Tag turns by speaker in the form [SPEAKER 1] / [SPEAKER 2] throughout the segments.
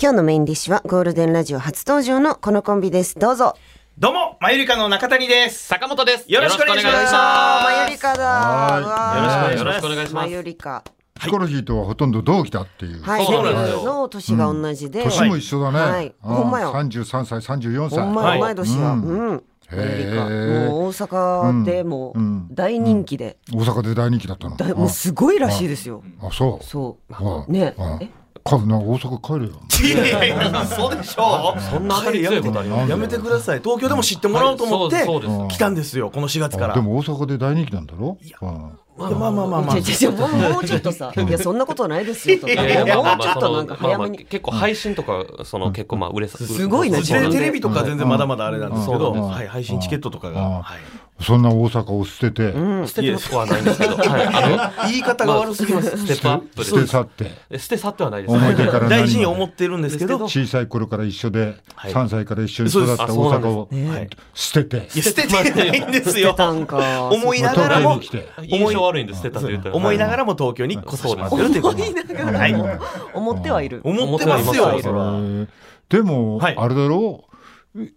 [SPEAKER 1] 今日のメインディッシュはゴールデンラジオ初登場のこのコンビです。どうぞ。
[SPEAKER 2] どうも、まゆりかの中谷です。
[SPEAKER 3] 坂本です。
[SPEAKER 2] よろしくお願いします
[SPEAKER 1] あーマユリカだ。
[SPEAKER 3] は
[SPEAKER 1] わ
[SPEAKER 3] い
[SPEAKER 1] ー
[SPEAKER 3] よろしくお願いしま
[SPEAKER 1] マ
[SPEAKER 3] す。
[SPEAKER 1] ユリカ。
[SPEAKER 4] ヒコロヒーとはほとんど同期だっていう。
[SPEAKER 1] はい。
[SPEAKER 3] そうなんですよ
[SPEAKER 1] 全部の年が同じで。
[SPEAKER 4] 年も一緒だね。
[SPEAKER 1] はい
[SPEAKER 4] うん
[SPEAKER 1] ほんまよ
[SPEAKER 4] 33歳、34歳。
[SPEAKER 1] ほんま
[SPEAKER 2] は
[SPEAKER 1] や
[SPEAKER 2] い
[SPEAKER 1] 同い年は。
[SPEAKER 4] う
[SPEAKER 1] うんん。マユリカ。
[SPEAKER 4] へー
[SPEAKER 1] もう大阪でもう
[SPEAKER 4] うん
[SPEAKER 1] 大人気で、
[SPEAKER 4] 大阪で大人気だったの。
[SPEAKER 1] だいもうすごいらしいですよ。
[SPEAKER 4] ああ、そう。
[SPEAKER 1] そう。
[SPEAKER 4] う
[SPEAKER 1] ね。
[SPEAKER 4] うん
[SPEAKER 1] え
[SPEAKER 4] かな大阪帰るよ。
[SPEAKER 2] いやいやいや、そうでしょう。
[SPEAKER 3] そんな当たり強いことあります
[SPEAKER 2] やめてください。東京でも知ってもらおうと思っ
[SPEAKER 3] は
[SPEAKER 2] て
[SPEAKER 3] いそうですそう
[SPEAKER 4] で
[SPEAKER 2] 来たんですよ。この4月か
[SPEAKER 4] あ
[SPEAKER 2] ら。
[SPEAKER 4] で
[SPEAKER 2] で
[SPEAKER 4] も大阪で大人気なんだろ。うん
[SPEAKER 2] まあまあまあまあ。
[SPEAKER 1] ちょちょちょもうもうちょっとさ、いやそんなことないですよとか、
[SPEAKER 3] いやいやまあ
[SPEAKER 1] もう
[SPEAKER 3] ま
[SPEAKER 1] ち
[SPEAKER 3] あ
[SPEAKER 1] ょっ
[SPEAKER 3] そ
[SPEAKER 1] とな
[SPEAKER 3] の
[SPEAKER 1] ん
[SPEAKER 3] ま
[SPEAKER 1] か
[SPEAKER 3] あ
[SPEAKER 1] 早
[SPEAKER 3] まあ
[SPEAKER 1] めに。
[SPEAKER 3] 結構配信とかその結構まあ売れさ
[SPEAKER 1] すごいな
[SPEAKER 3] 売れ
[SPEAKER 2] そち
[SPEAKER 1] 自分
[SPEAKER 2] ら
[SPEAKER 1] で
[SPEAKER 2] でテレビとか全然まだまだあれなんですけど、
[SPEAKER 4] うん
[SPEAKER 2] はい、配信チケットとかが、
[SPEAKER 4] うん
[SPEAKER 2] はい
[SPEAKER 4] そんな大阪を捨てて、
[SPEAKER 3] 捨ててるとこはないんですけど、はいあ
[SPEAKER 2] 言い方
[SPEAKER 3] の
[SPEAKER 2] が悪すぎます。
[SPEAKER 3] ステップアップ
[SPEAKER 4] 捨て
[SPEAKER 3] で
[SPEAKER 4] 去って、
[SPEAKER 3] す。捨て去ってはないです。
[SPEAKER 4] 思い出から
[SPEAKER 2] 大事に
[SPEAKER 4] 何
[SPEAKER 2] 思
[SPEAKER 4] ま
[SPEAKER 2] ってるんですけど、
[SPEAKER 4] で
[SPEAKER 2] い
[SPEAKER 4] 小さい頃から一緒で、
[SPEAKER 2] はい
[SPEAKER 4] 3歳から一緒に育った大阪を
[SPEAKER 1] そうですあそうなん
[SPEAKER 4] 捨てて、
[SPEAKER 2] や捨ててないんです
[SPEAKER 1] 捨て
[SPEAKER 2] よ。
[SPEAKER 1] たんか。
[SPEAKER 2] 思いな
[SPEAKER 4] まあ
[SPEAKER 2] がらも
[SPEAKER 4] 東京に来、て、
[SPEAKER 3] 印象悪いんです。捨てたって言ったら。
[SPEAKER 2] 思いな
[SPEAKER 3] ら
[SPEAKER 2] がらも東京に来させてもらってるというこ
[SPEAKER 1] 思
[SPEAKER 2] と
[SPEAKER 1] いながら、
[SPEAKER 2] はい
[SPEAKER 1] 思ってはいる。
[SPEAKER 2] 思ってますよ
[SPEAKER 1] 思ってはいる
[SPEAKER 2] それ
[SPEAKER 4] え
[SPEAKER 2] は
[SPEAKER 4] ーでも、
[SPEAKER 2] はい
[SPEAKER 4] あれだろう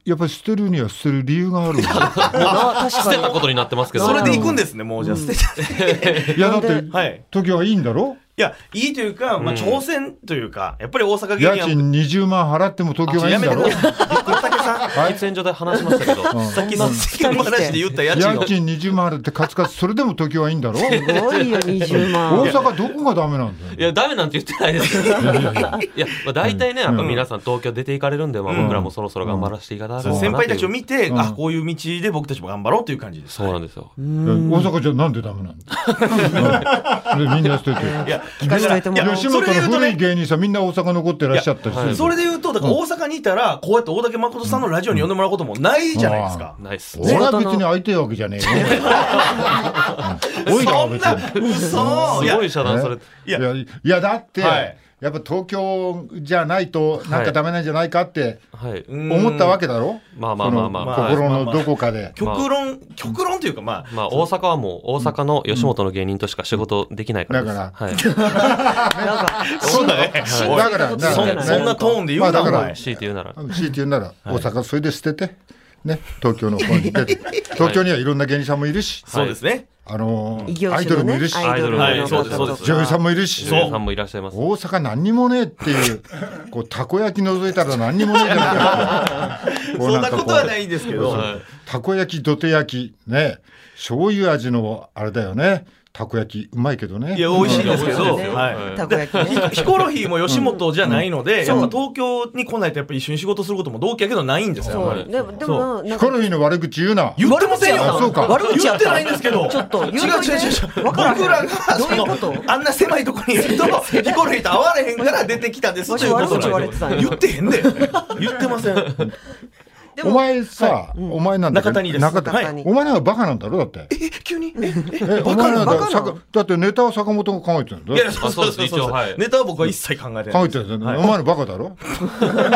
[SPEAKER 4] やっぱり捨てるには捨てる理由があ るんだよ
[SPEAKER 3] 捨てたことになってますけど。
[SPEAKER 2] それで行くんですね、もうじゃあ捨てちゃって。
[SPEAKER 4] いやだっ
[SPEAKER 1] な
[SPEAKER 4] て
[SPEAKER 1] ん
[SPEAKER 2] はい。
[SPEAKER 4] 東京はいいんだろ
[SPEAKER 2] いや、いいというか、まあ、挑戦というか、やっぱり大阪芸
[SPEAKER 4] 家
[SPEAKER 2] 人は
[SPEAKER 4] 賃20万払っても東京はいい
[SPEAKER 2] や
[SPEAKER 4] ん
[SPEAKER 2] め
[SPEAKER 4] だ
[SPEAKER 2] てく
[SPEAKER 4] ろ
[SPEAKER 2] ださい。竹さん、
[SPEAKER 4] はい
[SPEAKER 3] 喫煙所で話しましたけど。
[SPEAKER 2] さっきの世間話で言った家賃
[SPEAKER 4] 家
[SPEAKER 2] の。
[SPEAKER 4] 賃20万払ってカツカツそれでも東京はいいんだろ大
[SPEAKER 1] すごいよ、20万。
[SPEAKER 4] 阪どこがダメなんだよ
[SPEAKER 3] いや、ダメなんて言ってないですけど。いや、まあ大体ね、やっぱ皆さん東京出ていかれるんで、まあ僕らもそろそろ頑張らせていただこうかなってい
[SPEAKER 2] 先
[SPEAKER 3] う
[SPEAKER 2] 輩たちを見て、
[SPEAKER 4] ん
[SPEAKER 2] あ、こういう道で僕たちも頑張ろうという感じです。
[SPEAKER 3] そうなんですよ。
[SPEAKER 4] 大阪じゃなんでダメなんだうんでみんな捨てて
[SPEAKER 2] いや、
[SPEAKER 1] 聞かせといてもらおう
[SPEAKER 4] 吉本の
[SPEAKER 2] それで言うと
[SPEAKER 4] 古い
[SPEAKER 2] ね、
[SPEAKER 4] 芸人さんみんな大阪残ってらっしゃったりする
[SPEAKER 2] それで言うと、だから大阪にいたら、こうやって大竹誠さんのラジオに呼んでもらうこともないじゃないですか。
[SPEAKER 3] ないっす。
[SPEAKER 4] 俺は別に会いたいわけじゃねえようんおいら
[SPEAKER 2] そ
[SPEAKER 4] は
[SPEAKER 2] ん
[SPEAKER 4] 別
[SPEAKER 2] な 嘘
[SPEAKER 4] に、
[SPEAKER 2] い
[SPEAKER 3] す
[SPEAKER 2] や
[SPEAKER 3] ご、い遮断されて。
[SPEAKER 4] い
[SPEAKER 2] い
[SPEAKER 4] や
[SPEAKER 2] や
[SPEAKER 4] いやだって、
[SPEAKER 2] はい
[SPEAKER 4] やっぱ東京じゃないとなんかダメなんじゃないかって
[SPEAKER 3] はい。
[SPEAKER 4] 思ったわけだろ、
[SPEAKER 3] まあまあまあまあ
[SPEAKER 4] その
[SPEAKER 2] まあ
[SPEAKER 4] 心のどこかで、
[SPEAKER 2] 極論、極論というか、まあ、
[SPEAKER 3] まあ、大阪はもう、大阪の吉本の芸人としか仕事できないからです。
[SPEAKER 4] だか
[SPEAKER 3] はい。
[SPEAKER 1] なんか、
[SPEAKER 2] そうだね。
[SPEAKER 1] 信
[SPEAKER 2] おい
[SPEAKER 1] じてることじゃ
[SPEAKER 2] そ
[SPEAKER 1] い
[SPEAKER 2] そんなトーンで言う
[SPEAKER 4] ま
[SPEAKER 2] な、
[SPEAKER 4] あ
[SPEAKER 2] お
[SPEAKER 4] だから
[SPEAKER 2] 前。
[SPEAKER 3] 強いて言うなら。
[SPEAKER 4] あの強いて言うなら大阪それで捨てて、ね、東京の方に 出て東京にはいろんな芸人さんもいるし、
[SPEAKER 2] そうですね。
[SPEAKER 4] あの
[SPEAKER 1] 異業
[SPEAKER 4] ア
[SPEAKER 1] 種
[SPEAKER 4] イドルもいるし
[SPEAKER 1] アイドルの
[SPEAKER 3] アイドルもいる
[SPEAKER 1] 方とか
[SPEAKER 3] そうですそうです
[SPEAKER 4] 女優さんもいるし
[SPEAKER 3] 女優さんもいらっしゃいます。
[SPEAKER 4] 大阪何にもねえっていうこうたこ焼き覗いたら何にもねえじゃないか こう
[SPEAKER 2] そんな
[SPEAKER 4] か
[SPEAKER 2] こ
[SPEAKER 4] う
[SPEAKER 2] とはないですけど。
[SPEAKER 3] はい
[SPEAKER 4] たこ焼きどて焼きね醤油味のあれだよねたこ焼きうまいけどね
[SPEAKER 2] いや、美味しいですけ
[SPEAKER 3] 美味し
[SPEAKER 2] ど、
[SPEAKER 3] いですよ
[SPEAKER 2] は。
[SPEAKER 3] はい
[SPEAKER 1] たこ焼きね。
[SPEAKER 2] ひヒコロヒーも吉本じゃないので、
[SPEAKER 1] ん
[SPEAKER 2] やっぱ東京に来ないとやっぱ一緒に仕事することも同期やけどないんですよ。
[SPEAKER 1] そ
[SPEAKER 2] やっ
[SPEAKER 1] う
[SPEAKER 2] ぱ。り
[SPEAKER 1] でも、で
[SPEAKER 2] そ
[SPEAKER 1] も、な
[SPEAKER 4] ヒ
[SPEAKER 1] んか
[SPEAKER 4] コ、ロヒーの悪口言うな
[SPEAKER 2] 言ってません
[SPEAKER 4] あそう
[SPEAKER 2] よ。
[SPEAKER 4] か
[SPEAKER 1] 悪口
[SPEAKER 2] 言
[SPEAKER 1] やっ
[SPEAKER 2] って
[SPEAKER 1] た
[SPEAKER 2] ないんですけど。
[SPEAKER 1] ちょっと
[SPEAKER 2] 違う違
[SPEAKER 1] 言うと
[SPEAKER 2] う
[SPEAKER 1] いて
[SPEAKER 2] 違う違う。
[SPEAKER 1] わ
[SPEAKER 2] 僕
[SPEAKER 1] からん
[SPEAKER 2] らが、
[SPEAKER 1] どう
[SPEAKER 2] そ
[SPEAKER 1] いう
[SPEAKER 2] の
[SPEAKER 1] こと、
[SPEAKER 2] あんな狭いところにいると、ヒコロヒーと会われへんから出てきたんですということ
[SPEAKER 1] わし悪口言われてたんや
[SPEAKER 2] 言ってへんで。言ってません。
[SPEAKER 1] で
[SPEAKER 4] お
[SPEAKER 1] も、
[SPEAKER 4] 前さ、お前なんだけど
[SPEAKER 2] 中谷です
[SPEAKER 4] 中谷
[SPEAKER 1] 中谷
[SPEAKER 4] お前なんかバカなんだろだって
[SPEAKER 2] え、 急にええ
[SPEAKER 4] えお前なん
[SPEAKER 1] バカ
[SPEAKER 4] か
[SPEAKER 1] な
[SPEAKER 4] さかだってネタは坂本が考えてるんだ
[SPEAKER 2] いや、
[SPEAKER 4] よ
[SPEAKER 2] そうそう
[SPEAKER 3] あそう
[SPEAKER 2] そ
[SPEAKER 3] で
[SPEAKER 2] うそ
[SPEAKER 3] す
[SPEAKER 2] う
[SPEAKER 3] 一応はい
[SPEAKER 2] ネタは僕は一切考えてな
[SPEAKER 4] 考
[SPEAKER 2] い
[SPEAKER 4] え
[SPEAKER 2] で
[SPEAKER 4] て
[SPEAKER 2] す。
[SPEAKER 4] るんだよ、
[SPEAKER 2] はい
[SPEAKER 4] お前のバカ だろ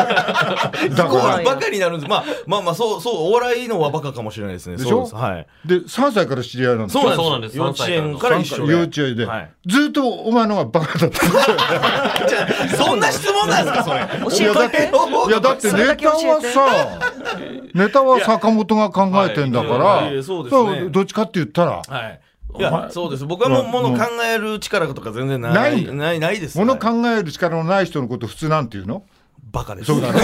[SPEAKER 4] だ
[SPEAKER 2] こ
[SPEAKER 4] か
[SPEAKER 2] うバカになるんです。まあまあまあ、そうそう、お笑いのはバカかもしれないですね。
[SPEAKER 4] でし
[SPEAKER 2] そ
[SPEAKER 4] ょ
[SPEAKER 2] うすはい。
[SPEAKER 4] らで3歳から知り合いなんだ
[SPEAKER 2] そうなんですよ
[SPEAKER 3] そうなんです
[SPEAKER 2] 幼稚園から一緒で
[SPEAKER 4] 幼稚園で、
[SPEAKER 2] はい
[SPEAKER 4] ずっとお前のがバカだったんだよ
[SPEAKER 2] そんな質問なんですかそれ。
[SPEAKER 1] 教えといて。
[SPEAKER 4] いやだって
[SPEAKER 1] それ
[SPEAKER 4] ネ
[SPEAKER 1] だけ
[SPEAKER 4] タ
[SPEAKER 1] 教
[SPEAKER 4] は
[SPEAKER 1] え て
[SPEAKER 4] さネタは坂本が考えてんだか
[SPEAKER 2] はい
[SPEAKER 4] ら
[SPEAKER 2] いやいやそうですね
[SPEAKER 4] そうどっちかって言ったら
[SPEAKER 2] はい。いや、そうです。僕はもう、
[SPEAKER 4] うん
[SPEAKER 2] もの考える力とか全然ない。
[SPEAKER 4] ない
[SPEAKER 2] ない、ないです。
[SPEAKER 4] もの
[SPEAKER 2] はい
[SPEAKER 4] 考える力のない人のこと普通なんていうの
[SPEAKER 2] バカです。
[SPEAKER 4] そうだね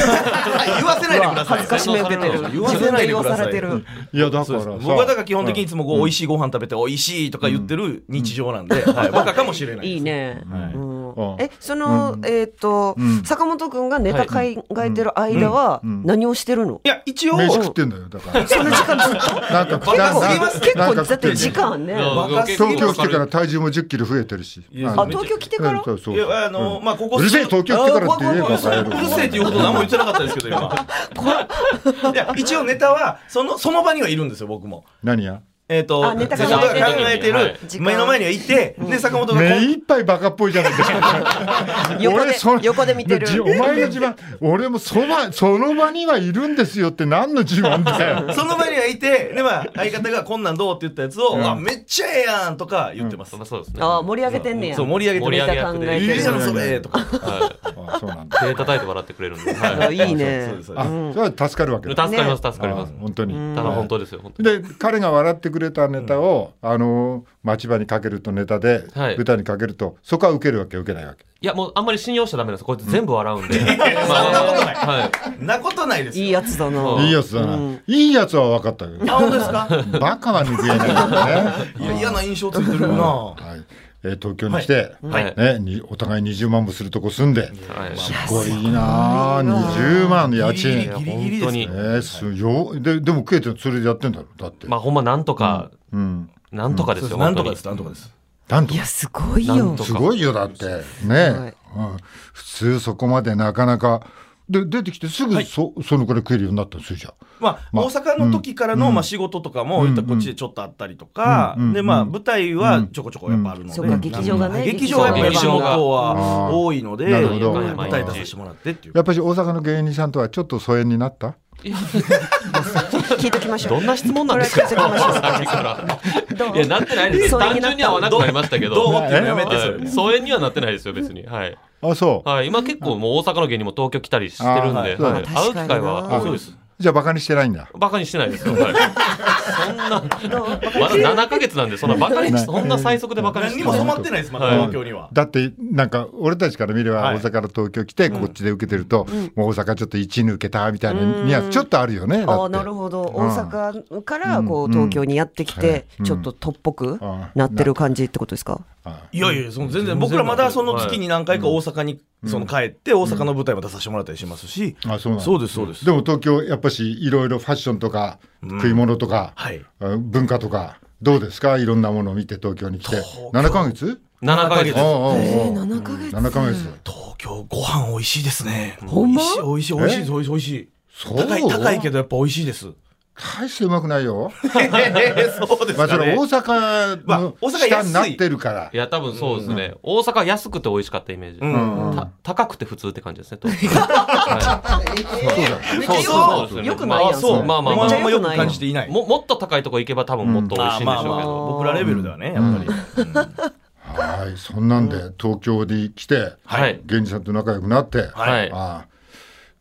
[SPEAKER 2] 言わせないでください。
[SPEAKER 1] 恥ずかしめ受けてる。
[SPEAKER 2] 言わせ
[SPEAKER 1] 自分
[SPEAKER 2] ないで
[SPEAKER 1] で言
[SPEAKER 2] くだ
[SPEAKER 1] わさ
[SPEAKER 2] さ
[SPEAKER 1] れ
[SPEAKER 2] い
[SPEAKER 1] て。る。
[SPEAKER 4] いやだか
[SPEAKER 2] そう
[SPEAKER 4] ら
[SPEAKER 2] です
[SPEAKER 4] さ
[SPEAKER 2] 僕はだから基本的にいつもこう美味しいご飯食べて美味しいとか言ってる日常なんで、はいバカかもしれないです。
[SPEAKER 1] いいね。
[SPEAKER 2] はい
[SPEAKER 1] うん
[SPEAKER 4] うん
[SPEAKER 1] え、その、えっ、と、
[SPEAKER 4] ん
[SPEAKER 1] 坂本くんがネタ考えてる間は、何をしてるの、
[SPEAKER 2] いや一応
[SPEAKER 4] 飯食ってんだよ だから
[SPEAKER 1] その時間ずっと
[SPEAKER 4] なんか
[SPEAKER 2] バカすぎます
[SPEAKER 1] 結
[SPEAKER 4] なん
[SPEAKER 1] 構
[SPEAKER 4] か
[SPEAKER 1] だって時間ね。あ、
[SPEAKER 4] 東京来てから体重も10キロ増えてるし
[SPEAKER 2] いや
[SPEAKER 4] の
[SPEAKER 2] あ
[SPEAKER 1] 東京来てから
[SPEAKER 4] そうそう
[SPEAKER 2] いやあのまあここ
[SPEAKER 4] うるせえ東京来てからって言えば帰
[SPEAKER 2] あ
[SPEAKER 4] る
[SPEAKER 2] うるせえっていうこと何も言ってなかったですけど今。いや一応ネタはそのその場にはいるんですよ僕も。
[SPEAKER 4] 何や
[SPEAKER 2] えっ、と、
[SPEAKER 1] あネタ
[SPEAKER 2] ネ
[SPEAKER 1] 考
[SPEAKER 2] タ考
[SPEAKER 1] え
[SPEAKER 2] え
[SPEAKER 1] てる
[SPEAKER 2] て
[SPEAKER 3] はい
[SPEAKER 2] る、
[SPEAKER 1] 時間
[SPEAKER 2] 目の前にはいて、で、坂本がこう
[SPEAKER 4] 目いっぱいバカっぽいじゃないです か。
[SPEAKER 1] 横で
[SPEAKER 4] それ
[SPEAKER 1] 横で見てる
[SPEAKER 4] じお前の自慢、俺もそば、その場にはいるんですよって何の自慢だよ。
[SPEAKER 2] その場にはいて、で、まあ、相方がこんなんどうって言ったやつを、
[SPEAKER 4] ん
[SPEAKER 2] あ、めっちゃええやんとか言ってます。
[SPEAKER 3] まあそうですね。
[SPEAKER 1] あー盛り上げてんねや
[SPEAKER 2] そう、盛り上げて
[SPEAKER 3] 盛り
[SPEAKER 2] る
[SPEAKER 3] 上
[SPEAKER 1] ネ
[SPEAKER 3] げ
[SPEAKER 1] タ考え
[SPEAKER 2] い
[SPEAKER 1] て
[SPEAKER 2] い
[SPEAKER 1] る
[SPEAKER 2] じゃん、それとか。
[SPEAKER 3] は
[SPEAKER 4] あそうなんだ。
[SPEAKER 3] い。手叩いて笑ってくれるんで。
[SPEAKER 1] あ
[SPEAKER 3] はい。
[SPEAKER 1] いい
[SPEAKER 2] そう
[SPEAKER 1] ね
[SPEAKER 2] ですそうで
[SPEAKER 4] あ、
[SPEAKER 2] す
[SPEAKER 4] それは助かるわけ
[SPEAKER 3] 助
[SPEAKER 4] だ。
[SPEAKER 3] かります助かります
[SPEAKER 4] あ。本当に。
[SPEAKER 3] ただ本当ですよ本当に。
[SPEAKER 4] で彼が笑ってくれたネタを、あの町場にかけるとネタで、
[SPEAKER 3] はい
[SPEAKER 4] 舞台にかけるとそこは受けるわけ受けないわけ
[SPEAKER 3] いやもうあんまり信用しちゃダメなんです。こいつ全部 笑うんで。ま
[SPEAKER 2] そんなことない
[SPEAKER 3] はい。
[SPEAKER 2] なことないですよ。
[SPEAKER 1] いいやつだな。
[SPEAKER 4] いいやつだな、
[SPEAKER 1] うん
[SPEAKER 4] いいやつは分かったけ
[SPEAKER 2] あ、本当ですか
[SPEAKER 4] どバカは抜けない よね、
[SPEAKER 2] いや、嫌な印象ついてるな。
[SPEAKER 4] はいえー東京に来て、
[SPEAKER 3] はいはい
[SPEAKER 4] ね、にお互い20万もするとこ住んで、
[SPEAKER 3] はい
[SPEAKER 4] すごいなあ20万の家
[SPEAKER 2] ギリギ
[SPEAKER 4] 賃
[SPEAKER 2] リギリギリですね
[SPEAKER 4] え。ー、すよででも食えてそれでやってんだろだって、
[SPEAKER 3] まあほんまなんとか
[SPEAKER 4] うん
[SPEAKER 3] なんとかです
[SPEAKER 2] そうです
[SPEAKER 3] よ。
[SPEAKER 2] なんとか
[SPEAKER 3] 本
[SPEAKER 2] です、なんとかです。
[SPEAKER 4] なんと
[SPEAKER 1] いやすごい
[SPEAKER 3] なん
[SPEAKER 1] よ
[SPEAKER 3] と。か
[SPEAKER 4] すごいよだってね、うん、普通そこまでなかなかで出てきてすぐそ,、そのくらい食えるようになったりするじゃん
[SPEAKER 2] まあ、
[SPEAKER 4] まあ
[SPEAKER 2] 大阪の時からの、まあ、仕事とかも、言ったらこっちでちょっとあったりとか、
[SPEAKER 4] うんうん
[SPEAKER 2] で、まあ、舞台はちょこちょこやっぱあるので、
[SPEAKER 1] そうか劇場がね。
[SPEAKER 2] 劇場はやっぱり
[SPEAKER 3] 劇
[SPEAKER 2] 地
[SPEAKER 3] 場
[SPEAKER 2] 元
[SPEAKER 3] が
[SPEAKER 2] は多いので、
[SPEAKER 4] なるほど
[SPEAKER 2] 舞台出させてもらってっていう。
[SPEAKER 4] やっぱり大阪の芸人さんとはちょっと疎遠になった
[SPEAKER 1] 聞いときましょ
[SPEAKER 3] ど
[SPEAKER 1] う。
[SPEAKER 3] んな質問なんですか。
[SPEAKER 1] これは聞いて
[SPEAKER 3] さっきから
[SPEAKER 1] どう
[SPEAKER 3] いやなってないですよ。
[SPEAKER 1] 疎遠
[SPEAKER 3] 単純
[SPEAKER 1] になった
[SPEAKER 3] には合わなくなりましたけど。
[SPEAKER 2] どう思
[SPEAKER 3] は
[SPEAKER 2] っ
[SPEAKER 3] い
[SPEAKER 2] てるのやめて、それ。
[SPEAKER 3] 疎遠にはなってないですよ別に。はい。
[SPEAKER 4] あそう
[SPEAKER 3] はい、今結構もう大阪の芸人も東京来たりしてるんで、
[SPEAKER 4] あ
[SPEAKER 3] は
[SPEAKER 4] ー
[SPEAKER 3] い
[SPEAKER 4] そう
[SPEAKER 3] 会う機会は多いです。
[SPEAKER 4] じゃあバカにしてないんだ
[SPEAKER 3] バカにしてないですよ。はい、そんな、
[SPEAKER 1] どう
[SPEAKER 3] まだ7ヶ月なんで、そんなバカに
[SPEAKER 4] ない
[SPEAKER 3] そんな最速でバカに
[SPEAKER 2] 何
[SPEAKER 3] して
[SPEAKER 2] に
[SPEAKER 3] な
[SPEAKER 2] も
[SPEAKER 3] い
[SPEAKER 2] 染まってないです、まだ
[SPEAKER 3] はい
[SPEAKER 2] 東京には。
[SPEAKER 4] だってなんか俺たちから見れば
[SPEAKER 2] はい
[SPEAKER 4] 大阪から東京来てこっちで受けてると、もう大阪ちょっと1抜けたみたいなニュアンスちょっとあるよねだって
[SPEAKER 1] あーなるほど大阪からこ
[SPEAKER 4] う
[SPEAKER 1] うん東京にやってきて
[SPEAKER 4] うん
[SPEAKER 1] ちょっととっぽく
[SPEAKER 4] あー
[SPEAKER 1] なってる感じってことですか
[SPEAKER 4] あ
[SPEAKER 2] いやいや、その全然、僕らまだその月に何回か大阪に、その帰って、大阪の舞台も出させてもらったりしますし、
[SPEAKER 4] あそうなんだ
[SPEAKER 2] そうです、そうです。
[SPEAKER 4] でも東京やっぱしいろいろファッションとか食い物とか、
[SPEAKER 2] はい
[SPEAKER 4] あ文化とかどうですかいろんなものを見て東京に来て7ヶ月
[SPEAKER 3] 7ヶ月
[SPEAKER 4] あ
[SPEAKER 3] で
[SPEAKER 4] あああああ
[SPEAKER 1] え7ヶ月
[SPEAKER 4] 7ヶ月
[SPEAKER 2] 東京ご飯美味しいですね。
[SPEAKER 1] ほんま
[SPEAKER 2] 美味しい美味しいです美味しい美味しい。
[SPEAKER 4] そう
[SPEAKER 2] 高い高いけどやっぱ美味しいです。
[SPEAKER 4] 大してうまくないよ、
[SPEAKER 2] そうで
[SPEAKER 4] まあ、それ大阪
[SPEAKER 2] まあ
[SPEAKER 4] の
[SPEAKER 2] 大阪安い
[SPEAKER 4] 下になってるから、
[SPEAKER 3] す。いや、多分そうですね。大阪は安くて美味しかったイメージ。
[SPEAKER 2] ん
[SPEAKER 3] た高くて普通って感じですね。東京はいそうそうそうですね
[SPEAKER 1] よくないやん
[SPEAKER 3] まあそう、
[SPEAKER 1] それ
[SPEAKER 3] まあま
[SPEAKER 2] ま
[SPEAKER 3] あま
[SPEAKER 2] あ
[SPEAKER 1] めっち
[SPEAKER 2] ま
[SPEAKER 1] ゃ
[SPEAKER 2] あよ
[SPEAKER 1] 良
[SPEAKER 2] く
[SPEAKER 1] くない
[SPEAKER 2] 感じていな
[SPEAKER 3] あ、
[SPEAKER 2] い。
[SPEAKER 3] ももっと高いとこ行けば多分もっと美味しいんでしょうけど。
[SPEAKER 2] 僕らレベルではね、やっぱり。
[SPEAKER 4] はいそんなんで東京に来て
[SPEAKER 3] はい。
[SPEAKER 4] 芸人さんと仲良くなって、
[SPEAKER 3] はい。
[SPEAKER 4] ああ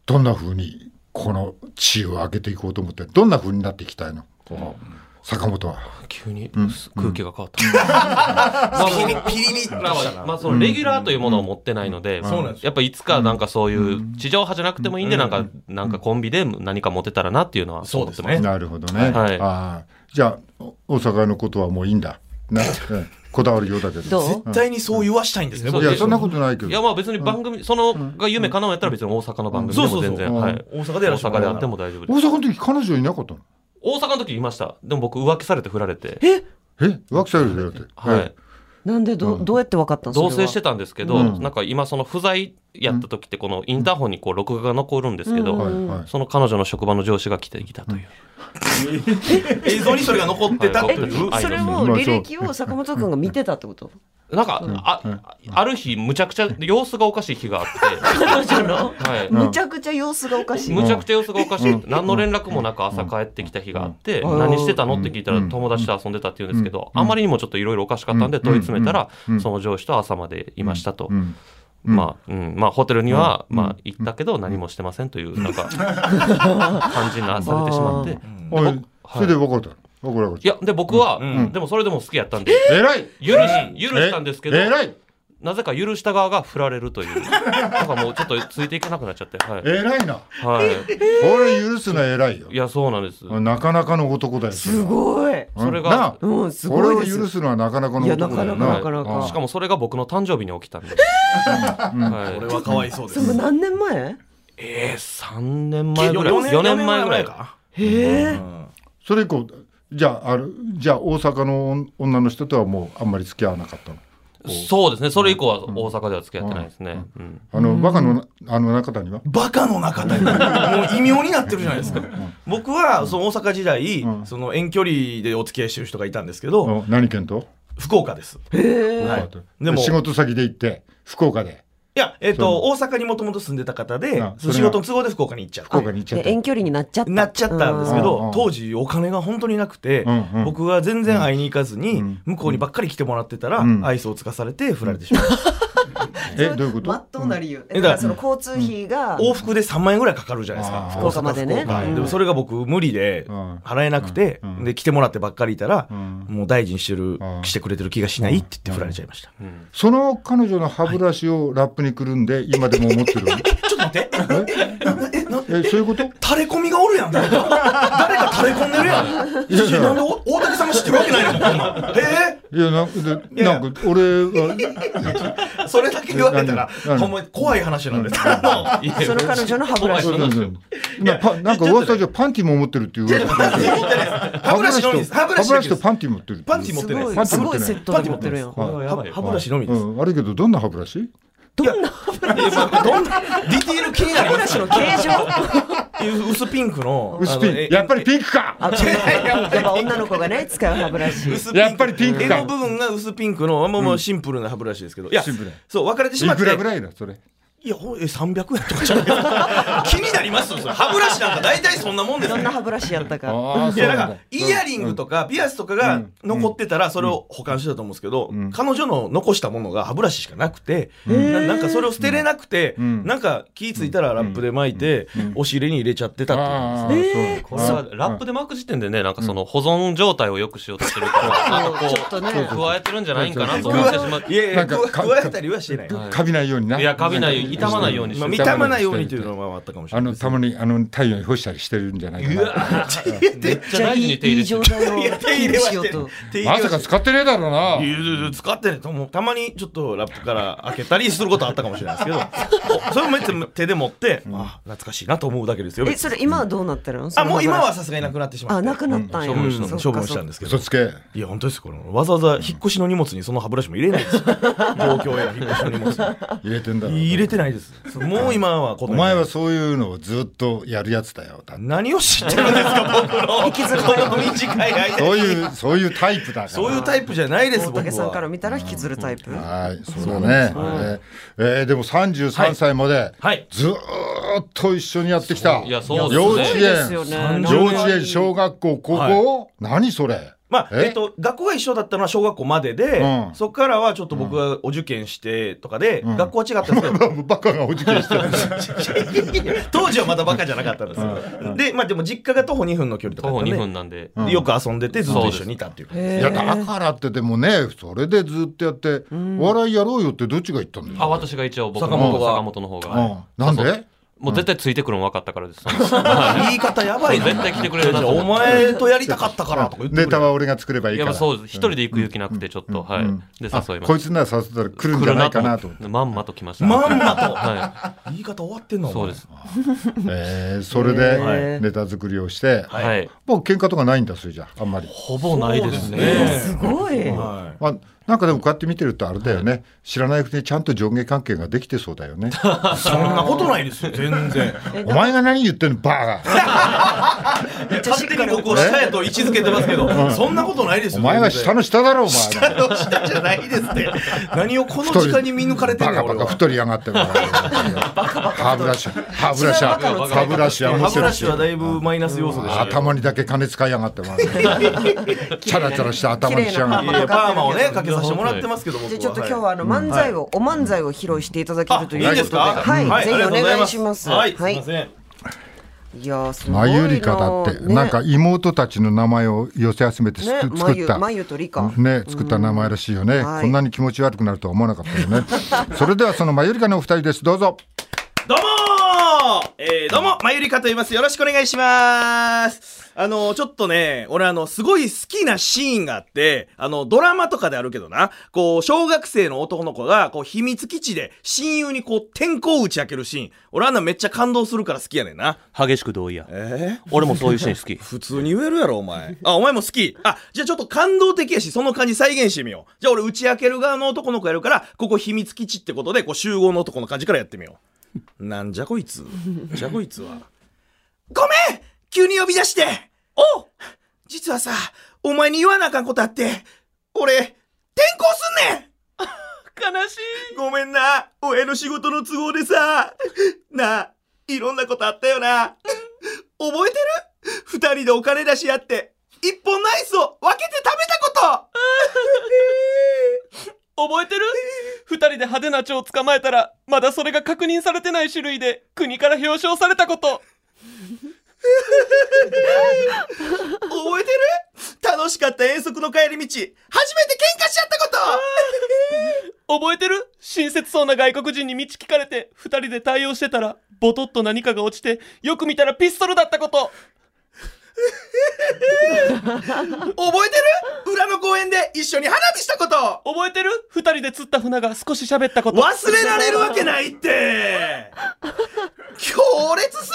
[SPEAKER 4] どんなふうにこの地位を上げていこうと思ってどんなふうになっていきたいのこう坂本は
[SPEAKER 3] 急に空気が変 わった。まあ僕
[SPEAKER 2] ピリリッと
[SPEAKER 3] まあ、まあ、そのレギュラーというものを持ってないので、
[SPEAKER 2] そうなんですよ
[SPEAKER 3] やっぱいつかなんかそういう地上波じゃなくてもいいんで、なんか、なんかコンビで何か持てたらなっていうのは
[SPEAKER 2] そう
[SPEAKER 3] 思
[SPEAKER 2] で
[SPEAKER 3] って
[SPEAKER 2] す
[SPEAKER 3] ます。
[SPEAKER 2] ね。
[SPEAKER 4] なるほどね、
[SPEAKER 3] はい
[SPEAKER 4] ああじゃあお大阪のことはもういいんだな、うんこだわるようだけど
[SPEAKER 1] どう
[SPEAKER 2] 絶対にそう言わしたいんですね。
[SPEAKER 3] うん
[SPEAKER 4] い
[SPEAKER 2] 僕
[SPEAKER 4] やそんなことないけど
[SPEAKER 3] いや、まあ別に番組、そのが夢叶うんやったら別に大阪の番組でも全
[SPEAKER 2] う
[SPEAKER 3] 然、
[SPEAKER 4] んそうそうそう
[SPEAKER 3] はい。
[SPEAKER 2] 大阪でや
[SPEAKER 3] 大
[SPEAKER 2] らせても
[SPEAKER 3] 阪で
[SPEAKER 2] ら
[SPEAKER 3] あ
[SPEAKER 2] うな
[SPEAKER 3] っても大丈夫で
[SPEAKER 4] 大
[SPEAKER 3] す。
[SPEAKER 4] 阪の時彼女いなかったの
[SPEAKER 3] 大阪の時いました。でも僕浮気されて振られて、
[SPEAKER 4] えワクサルだよって。
[SPEAKER 3] はい。
[SPEAKER 1] なんでどどうやって分かったん
[SPEAKER 3] 同棲して
[SPEAKER 1] た
[SPEAKER 3] たんですけど、
[SPEAKER 4] うん
[SPEAKER 3] なんか今その不在やった時ってこのインターホンにこう録画が残るんですけど、
[SPEAKER 4] はいはい。
[SPEAKER 3] その彼女の職場の上司が来てきたという。
[SPEAKER 2] 映像にそれが残ってたっていう。
[SPEAKER 1] それを履歴を坂本君が見てたってこと
[SPEAKER 3] なんか、あ、ある日、むちゃくちゃ様子がおかしい日があって、
[SPEAKER 1] 彼女の
[SPEAKER 3] はい。
[SPEAKER 1] むちゃくちゃ様子がおかしい
[SPEAKER 3] むちゃくちゃ様子がおかしくて、何の連絡もなく朝帰ってきた日があって、
[SPEAKER 1] うん
[SPEAKER 3] 何してたのって聞いたら、友達と遊んでたって言うんですけど、あまりにもちょっといろいろおかしかったんで、問い詰めたら、その上司と朝までいましたと
[SPEAKER 4] う。ん。
[SPEAKER 3] まあ、うん、まあ、ホテルには、まあ、行ったけど、何もしてませんという、なん か、感じになされてしまって。
[SPEAKER 4] おい
[SPEAKER 3] はい
[SPEAKER 4] それで分かった。分かる分
[SPEAKER 3] い
[SPEAKER 4] か
[SPEAKER 3] や、
[SPEAKER 4] っ
[SPEAKER 3] で、僕は
[SPEAKER 2] ん、
[SPEAKER 3] でもそれでも好きやったんで、
[SPEAKER 4] た。えらい
[SPEAKER 3] 許し、許したんですけど、
[SPEAKER 4] えらい
[SPEAKER 3] なぜか許した側が振られるという。なんかもうちょっとついていけなくなっちゃって。はい。
[SPEAKER 4] えらいな。
[SPEAKER 3] はい。
[SPEAKER 4] 俺許すのはえらいよ
[SPEAKER 3] い。や、そうなんです。は
[SPEAKER 4] なかなかの男だよ。
[SPEAKER 1] す
[SPEAKER 4] そ
[SPEAKER 1] ごい
[SPEAKER 4] れは
[SPEAKER 3] それが
[SPEAKER 4] なあ
[SPEAKER 1] うんす
[SPEAKER 4] 俺
[SPEAKER 1] ご
[SPEAKER 4] を
[SPEAKER 1] いです
[SPEAKER 4] 許すのはなかなかの男だよ
[SPEAKER 1] いやな
[SPEAKER 4] な
[SPEAKER 1] か。なか
[SPEAKER 4] ああ
[SPEAKER 3] い。しかもそれが僕の誕生日に起きたんです。
[SPEAKER 2] これ
[SPEAKER 3] はい。
[SPEAKER 2] はかわいそうで
[SPEAKER 1] そ
[SPEAKER 2] す。
[SPEAKER 1] れも何年前
[SPEAKER 3] えー、3年前ぐらい。4年前ぐらいか。
[SPEAKER 2] か。
[SPEAKER 1] へえ
[SPEAKER 4] それ以降、じゃあ、あるじゃあ大阪の女の人とはもうあんまり付き合わなかったの。こう
[SPEAKER 3] そうですねそれ以降は大阪では付き合ってないですね、うん
[SPEAKER 4] あのバカのあの中谷は
[SPEAKER 2] バカの中でもう異名になってるじゃないですか僕はその大阪時代、
[SPEAKER 4] うん
[SPEAKER 2] その遠距離でお付き合いしてる人がいたんですけど、
[SPEAKER 4] お何県と
[SPEAKER 2] 福岡ですはいでも
[SPEAKER 4] 仕事先で行って福岡で
[SPEAKER 2] いや、えっと
[SPEAKER 4] そ
[SPEAKER 2] 大阪にもともと住んでた方で
[SPEAKER 4] あそれが
[SPEAKER 2] 仕事の都合で福岡に行っちゃ
[SPEAKER 4] 福
[SPEAKER 2] う
[SPEAKER 4] 岡に行っちゃっ
[SPEAKER 1] で
[SPEAKER 4] た
[SPEAKER 1] 遠距離になっちゃった
[SPEAKER 2] なっちゃったんですけ
[SPEAKER 4] うんうん
[SPEAKER 2] ど当時お金が本当になくて、
[SPEAKER 4] うんうん
[SPEAKER 2] 僕は全然会いに行かずに、
[SPEAKER 4] うん
[SPEAKER 2] 向こうにばっかり来てもらってたら、
[SPEAKER 4] うん
[SPEAKER 2] 愛想をつかされて振られてしまう、
[SPEAKER 4] えどういうこと
[SPEAKER 1] まっとうな理由、
[SPEAKER 2] ん
[SPEAKER 1] だからその交通費が、
[SPEAKER 2] 往復で3万円ぐらいかかるじゃないですか
[SPEAKER 4] あー
[SPEAKER 2] 福岡
[SPEAKER 1] 福岡までね
[SPEAKER 2] 福岡
[SPEAKER 1] うん
[SPEAKER 2] でもそれが僕無理で
[SPEAKER 4] うん
[SPEAKER 2] 払えなくて、
[SPEAKER 4] うん
[SPEAKER 2] で来てもらってばっかりいたら、
[SPEAKER 4] うん
[SPEAKER 2] もう大事にしてる
[SPEAKER 4] あー
[SPEAKER 2] してくれてる気がしないって言って振られちゃいました、
[SPEAKER 3] うん
[SPEAKER 4] その彼女の歯ブラシをラップにくるんで今でも思って る
[SPEAKER 2] ちょっと待って
[SPEAKER 4] えそういうこと
[SPEAKER 2] 垂れ込みがおるやん誰か誰か垂れ込んでるやん
[SPEAKER 4] いやいや
[SPEAKER 2] なんでお大竹さんが知ってるわけないのえ
[SPEAKER 4] いやなんでなんか俺は
[SPEAKER 2] ー、それだけ言われたら
[SPEAKER 4] 何何
[SPEAKER 2] ほんまに怖い話なんですけど、 いや
[SPEAKER 1] その彼女の歯ブラシ
[SPEAKER 4] そ
[SPEAKER 3] そううな
[SPEAKER 4] な
[SPEAKER 3] んんです
[SPEAKER 4] で
[SPEAKER 3] す
[SPEAKER 4] よ
[SPEAKER 3] よ。
[SPEAKER 4] なパなんか噂じゃパンティも持ってるっていう噂。歯
[SPEAKER 2] 歯ブラシのみです
[SPEAKER 4] 歯
[SPEAKER 2] 歯
[SPEAKER 4] ブ
[SPEAKER 2] ブ
[SPEAKER 4] ラ
[SPEAKER 2] ラ
[SPEAKER 4] シ
[SPEAKER 2] シだけ
[SPEAKER 4] と歯ブラシとパンティ持ってる。
[SPEAKER 2] パンティ持っ
[SPEAKER 1] す
[SPEAKER 2] てない
[SPEAKER 1] ご
[SPEAKER 4] パン
[SPEAKER 1] い
[SPEAKER 4] チ
[SPEAKER 1] す
[SPEAKER 4] 持っ
[SPEAKER 1] ご
[SPEAKER 4] て
[SPEAKER 1] い
[SPEAKER 4] ない
[SPEAKER 1] セットで持ってるやん
[SPEAKER 3] これはやばいよ
[SPEAKER 2] 歯ブラシのみ
[SPEAKER 4] う
[SPEAKER 2] です、
[SPEAKER 4] ん、あるけどどんな歯ブラシ？
[SPEAKER 1] どんな歯ブラ
[SPEAKER 2] いやまあどんなディティール気になります
[SPEAKER 1] シの形状
[SPEAKER 2] う薄ピンクの
[SPEAKER 4] 薄
[SPEAKER 2] あ
[SPEAKER 4] ピ
[SPEAKER 2] のえ
[SPEAKER 4] ン。やっぱりピンクか。
[SPEAKER 1] あやっぱ女の子がね使う歯ブラシ
[SPEAKER 2] 薄
[SPEAKER 4] やっぱりピンク
[SPEAKER 2] 柄
[SPEAKER 4] か
[SPEAKER 2] の部分が薄ピンクのもうもうシンプルな歯ブラシですけど、いや
[SPEAKER 4] シンプル
[SPEAKER 2] そう別れてしま
[SPEAKER 4] い
[SPEAKER 2] って
[SPEAKER 4] くらぐらいだそれ？
[SPEAKER 2] いやほんえ300円とかじゃないですか 気になりますよそれ歯ブラシなんか大体そんなもんです
[SPEAKER 1] ど
[SPEAKER 2] よ
[SPEAKER 1] んな歯ブラシやったか
[SPEAKER 4] ああ
[SPEAKER 2] いやなんかイヤリングとかピアスとか
[SPEAKER 4] う
[SPEAKER 2] が
[SPEAKER 4] ん
[SPEAKER 2] 残ってたらそれを保管してたと思うんですけど、
[SPEAKER 4] うん
[SPEAKER 2] 彼女の残したものが歯ブラシしかなくて、
[SPEAKER 1] ん
[SPEAKER 2] ななんかそれを捨てれなくて、
[SPEAKER 4] うん
[SPEAKER 2] なんか気付いたらラップで巻いて、
[SPEAKER 4] うんうん
[SPEAKER 2] 押し入れに入れちゃってたっていう
[SPEAKER 4] ああそう
[SPEAKER 1] えー
[SPEAKER 3] これはラップで巻く時点でねなんかその保存状態を良くしようとしてるからなんかこ
[SPEAKER 1] ちょっとね
[SPEAKER 3] う加えてるんじゃないんかなと
[SPEAKER 2] う
[SPEAKER 3] 思
[SPEAKER 2] わ
[SPEAKER 3] ってしまっ
[SPEAKER 2] いやい
[SPEAKER 4] な
[SPEAKER 2] や
[SPEAKER 4] んか
[SPEAKER 2] 加
[SPEAKER 4] か
[SPEAKER 2] 加えたりはしてない、
[SPEAKER 3] はい
[SPEAKER 4] カビないようにな。
[SPEAKER 3] いやカビない傷まないように
[SPEAKER 2] まあ、
[SPEAKER 3] して
[SPEAKER 2] 見たまないようにというのはあったかもしれ
[SPEAKER 4] あ
[SPEAKER 2] ない
[SPEAKER 4] のたまにあの太陽に干したりしてるんじゃないか
[SPEAKER 2] う
[SPEAKER 4] な。
[SPEAKER 2] わ
[SPEAKER 3] めっちゃ大事
[SPEAKER 1] い
[SPEAKER 3] に手入
[SPEAKER 1] い
[SPEAKER 3] れして
[SPEAKER 1] 状
[SPEAKER 3] る
[SPEAKER 1] 態を
[SPEAKER 2] いや手入れは
[SPEAKER 1] し
[SPEAKER 2] し
[SPEAKER 1] よう
[SPEAKER 2] てる
[SPEAKER 1] と
[SPEAKER 2] 手入れは
[SPEAKER 4] ま
[SPEAKER 2] して
[SPEAKER 4] さ
[SPEAKER 2] る。
[SPEAKER 4] か使ってねえだろうない
[SPEAKER 2] やいやいや使ってないと思うたまにちょっとラップから開けたりすることはあったかもしれないです けどおそれもめっちゃ手で持って、あ懐かしいなと思うだけですよ
[SPEAKER 1] えそれ今はどうなってるの
[SPEAKER 2] あもう今は
[SPEAKER 1] そ
[SPEAKER 2] さすがになくなってしま
[SPEAKER 1] の
[SPEAKER 2] っ
[SPEAKER 1] 歯ブ
[SPEAKER 2] て
[SPEAKER 1] ラシあなくなったんや
[SPEAKER 2] 処分した
[SPEAKER 1] そっか
[SPEAKER 2] 処分したんですけど
[SPEAKER 4] 嘘つけ。
[SPEAKER 2] いや本当ですこのわざわざ引っ越しの荷物にその歯ブラシも入れないですよ東京への引っ越しの荷物
[SPEAKER 4] 入れてんだろ。
[SPEAKER 2] に入れてないですもう今は
[SPEAKER 4] お前はそういうのをずっとやるやつだよ。だって
[SPEAKER 2] 何を知ってるんですか僕の
[SPEAKER 1] 引きずる
[SPEAKER 2] この短い間
[SPEAKER 4] そう
[SPEAKER 2] に
[SPEAKER 4] いうそういうタイプだから。
[SPEAKER 2] そういうタイプじゃないです
[SPEAKER 1] 大
[SPEAKER 2] 僕
[SPEAKER 1] 竹さんから
[SPEAKER 2] は
[SPEAKER 1] 見たら引きずるタイプ
[SPEAKER 4] はい、そうだね。えーえーでも三十三歳まで
[SPEAKER 2] はい
[SPEAKER 4] ずーっと一緒にやってきた。
[SPEAKER 3] いやそう
[SPEAKER 4] 幼
[SPEAKER 3] で
[SPEAKER 4] 稚
[SPEAKER 3] すね
[SPEAKER 1] ですよ
[SPEAKER 4] 園、
[SPEAKER 1] ね
[SPEAKER 4] 幼稚園、小学校、高校、何それ。
[SPEAKER 2] まあ
[SPEAKER 4] え
[SPEAKER 2] えっと、学校が一緒だったのは小学校までで、
[SPEAKER 4] うん
[SPEAKER 2] そこからはちょっと僕がお受験してとかで、学校は違ったんですけど、
[SPEAKER 4] バカがおじけしてる。
[SPEAKER 2] 当時はまだバカじゃなかったんですよ。で、まあでも実家が徒歩2分の距離とか
[SPEAKER 3] 徒
[SPEAKER 2] だったん
[SPEAKER 3] 歩
[SPEAKER 2] で
[SPEAKER 3] 2分なんで
[SPEAKER 4] ん
[SPEAKER 2] でよく遊んでてずっと一緒にいたっていうことです。
[SPEAKER 4] いやだからってでもね、それでずっとやって、お笑いやろうよってどっちが言ったんだよ。
[SPEAKER 3] あ私が一応僕の
[SPEAKER 2] 坂本が
[SPEAKER 3] 坂本の方
[SPEAKER 4] う
[SPEAKER 3] が
[SPEAKER 4] ん、なんで？
[SPEAKER 3] もう絶対ついてくるの分かったからです
[SPEAKER 2] 言い方やばいな。
[SPEAKER 3] 絶対来てくれるなと
[SPEAKER 2] お
[SPEAKER 3] 思って
[SPEAKER 2] 前とやりたかったからとか言ってくれ
[SPEAKER 4] ネタは俺が作ればいい
[SPEAKER 3] や
[SPEAKER 4] か
[SPEAKER 3] っぱ
[SPEAKER 4] ら。
[SPEAKER 3] そうです一人で行く勇気なくてちょっとはいで
[SPEAKER 4] あ
[SPEAKER 3] 誘いま
[SPEAKER 4] こい
[SPEAKER 3] し
[SPEAKER 4] つなら誘ったら来る
[SPEAKER 3] た
[SPEAKER 4] んじゃないかなと思って。
[SPEAKER 3] てまんまと来ました
[SPEAKER 2] まんまと
[SPEAKER 3] は
[SPEAKER 2] 言い方終わってんの
[SPEAKER 3] い
[SPEAKER 2] お
[SPEAKER 3] そ
[SPEAKER 2] 前
[SPEAKER 3] うです
[SPEAKER 4] えーそれ
[SPEAKER 1] は
[SPEAKER 4] で
[SPEAKER 1] い
[SPEAKER 4] ネタ作りをして、
[SPEAKER 3] はい
[SPEAKER 4] もう喧嘩とかないんだそれじゃあんまり。
[SPEAKER 3] ほぼないです
[SPEAKER 2] そうです
[SPEAKER 3] ね
[SPEAKER 2] ね
[SPEAKER 1] すごい
[SPEAKER 2] は
[SPEAKER 4] まあ、なんかでもこうやって見てるとあれだよね、知らないうちにちゃんと上下関係ができてそうだよね
[SPEAKER 2] い。そんなことないですよ、全然。
[SPEAKER 4] お前が何言ってんのバー
[SPEAKER 2] 勝手に僕を下へと位置づけてますけど、そんなことないです
[SPEAKER 4] お
[SPEAKER 2] よ。
[SPEAKER 4] 前が
[SPEAKER 2] 全
[SPEAKER 4] 下
[SPEAKER 2] 然
[SPEAKER 4] の下だろお
[SPEAKER 2] 下
[SPEAKER 4] 前
[SPEAKER 2] の下じゃないですって。何をこの時間に見抜かれてん
[SPEAKER 4] バ
[SPEAKER 2] ねん、
[SPEAKER 4] カ
[SPEAKER 2] 俺
[SPEAKER 4] バカ
[SPEAKER 2] は。
[SPEAKER 4] 太りやがってお前歯ブラシ歯ブラシは
[SPEAKER 1] 一番バカの
[SPEAKER 4] 歯ブラシは持
[SPEAKER 2] 歯
[SPEAKER 4] って
[SPEAKER 2] ブ
[SPEAKER 4] る
[SPEAKER 2] ラ
[SPEAKER 4] し
[SPEAKER 2] シはだいぶマイナス要素でしたけど。
[SPEAKER 4] 頭にだけ金使いやがってお前チャラチャラした頭にしやがっ
[SPEAKER 1] 綺麗な
[SPEAKER 2] え
[SPEAKER 1] ま
[SPEAKER 4] て
[SPEAKER 1] あまあ
[SPEAKER 2] ーパーマをねかけさせてもらってますけど僕
[SPEAKER 1] じゃ
[SPEAKER 2] は
[SPEAKER 1] あちょっと今日はあの漫才を、お漫才を披露していただけ
[SPEAKER 2] あ
[SPEAKER 1] るという
[SPEAKER 2] いい
[SPEAKER 1] ことで
[SPEAKER 2] ですか
[SPEAKER 1] はい、ぜひお願いします
[SPEAKER 2] はいすいま
[SPEAKER 1] い
[SPEAKER 2] せん
[SPEAKER 1] やーすごいな
[SPEAKER 4] マユリカだって、なんか
[SPEAKER 1] ね
[SPEAKER 4] 妹たちの名前を寄せ集めてつく、
[SPEAKER 1] ね
[SPEAKER 4] 作った
[SPEAKER 1] マユマユとリカ
[SPEAKER 4] ね作った名前らしいよね、
[SPEAKER 1] はい
[SPEAKER 4] こんなに気持ち悪くなるとは思 わなかったよねそれではそのマユリカのお二人ですどうぞ
[SPEAKER 2] どうもーえーえーどうも、まゆりかと言います。よろしくお願いします。あの、ちょっとね、俺あの、すごい好きなシーンがあって、あの、ドラマとかであるけどな、こう、小学生の男の子が、こう、秘密基地で親友にこう、天候打ち明けるシーン。俺あんなめっちゃ感動するから好きやねんな。
[SPEAKER 3] 激しく同意や。
[SPEAKER 2] え
[SPEAKER 3] 俺もそういうシーン好き。
[SPEAKER 2] 普通に言えるやろ、お前。あ、お前も好き。あ、じゃあちょっと感動的やし、その感じ再現してみよう。じゃあ俺打ち明ける側の男の子やるから、ここ秘密基地ってことで、こう集合の男の感じからやってみよう。なんじゃこいつ。じゃこいつは。ごめん急に呼び出しておう実はさ、お前に言わなあかんことあって、俺、転校すんねん悲しいごめんな親の仕事の都合でさなあいろんなことあったよな覚えてる二人でお金出し合って一本のアイスを分けて食べたこと
[SPEAKER 5] 覚えてる二人で派手な蝶を捕まえたらまだそれが確認されてない種類で国から表彰されたこと
[SPEAKER 2] 覚えてる楽しかった遠足の帰り道初めて喧嘩しちゃったこと
[SPEAKER 5] 覚えてる親切そうな外国人に道聞かれて二人で対応してたらボトッと何かが落ちてよく見たらピストルだったこと
[SPEAKER 2] 覚えてる裏の公園で一緒に花火したこと
[SPEAKER 5] 覚えてる二人で釣った船が少し喋ったこと
[SPEAKER 2] 忘れられるわけないって強烈す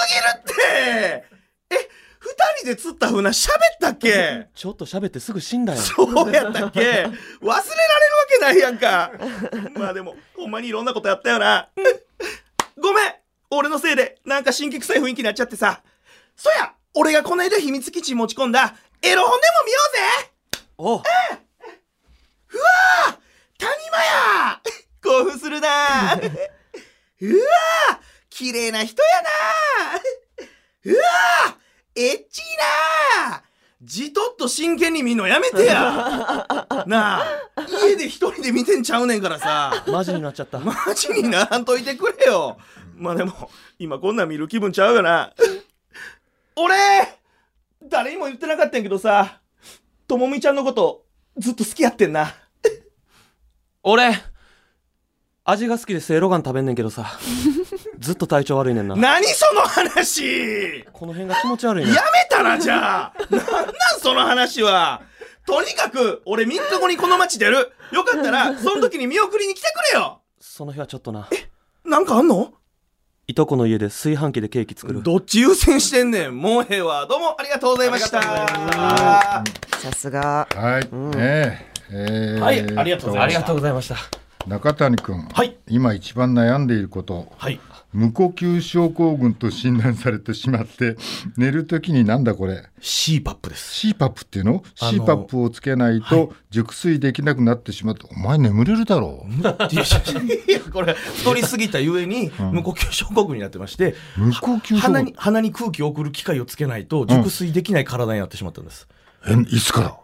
[SPEAKER 2] ぎるってえ二人で釣った船喋ったっけ
[SPEAKER 5] ちょっと喋ってすぐ死んだ よ
[SPEAKER 2] そうやったっけ忘れられるわけないやんかまあでもほんまにいろんなことやったよな ごめん俺のせいでなんか神経臭い雰囲気になっちゃってさそや俺がこの間秘密基地に持ち込んだエロ本でも見ようぜ
[SPEAKER 5] おう
[SPEAKER 2] 谷間や 興奮するな うわ綺麗な人 やなうわエッチいなじとっと真剣に見んのやめてや なあ家で一人で見てんちゃうねんからさ
[SPEAKER 5] マジになっちゃった
[SPEAKER 2] マジにならんといてくれよまあでも今こんなん見る気分ちゃうよな俺誰にも言ってなかったんやけどさともみちゃんのことずっと好きやってんな
[SPEAKER 3] 俺、味が好きでせいろがん食べんねんけどさ。 ずっと体調悪いねんな。
[SPEAKER 2] 何その話
[SPEAKER 3] この辺が気持ち悪い
[SPEAKER 2] や
[SPEAKER 3] ね
[SPEAKER 2] め
[SPEAKER 3] ん。
[SPEAKER 2] たな、じゃあなんなんその話はとにかく、俺3日後にこの街出るよかったら、その時に見送りに来てくれよ
[SPEAKER 3] その日はちょっとな。
[SPEAKER 2] なんかあんの
[SPEAKER 3] いとこの家で炊飯器でケーキ作る。
[SPEAKER 2] どっち優先してんねんもうええわ。どうもありがとうございました。は
[SPEAKER 1] さすが。
[SPEAKER 4] はい、ねええー
[SPEAKER 2] い、ありがとうございました。
[SPEAKER 3] ありがとうございました。
[SPEAKER 4] 中谷君、
[SPEAKER 2] はい
[SPEAKER 4] 今一番悩んでいること
[SPEAKER 2] はい。
[SPEAKER 4] 無呼吸症候群と診断されてしま って寝るときになんだこれ
[SPEAKER 2] CPAP です。
[SPEAKER 4] CPAP っていうの
[SPEAKER 2] あの
[SPEAKER 4] ?CPAP をつけないと熟睡できなくなってしまって、お前眠れるだろう
[SPEAKER 2] いや、これ、太りすぎたゆえに、無呼吸症候群になってまして、
[SPEAKER 4] 無呼吸症候
[SPEAKER 2] 鼻に
[SPEAKER 4] 群、
[SPEAKER 2] 鼻に空気を送る機械をつけないと、熟睡できない体になってしまったんです。
[SPEAKER 4] えいつから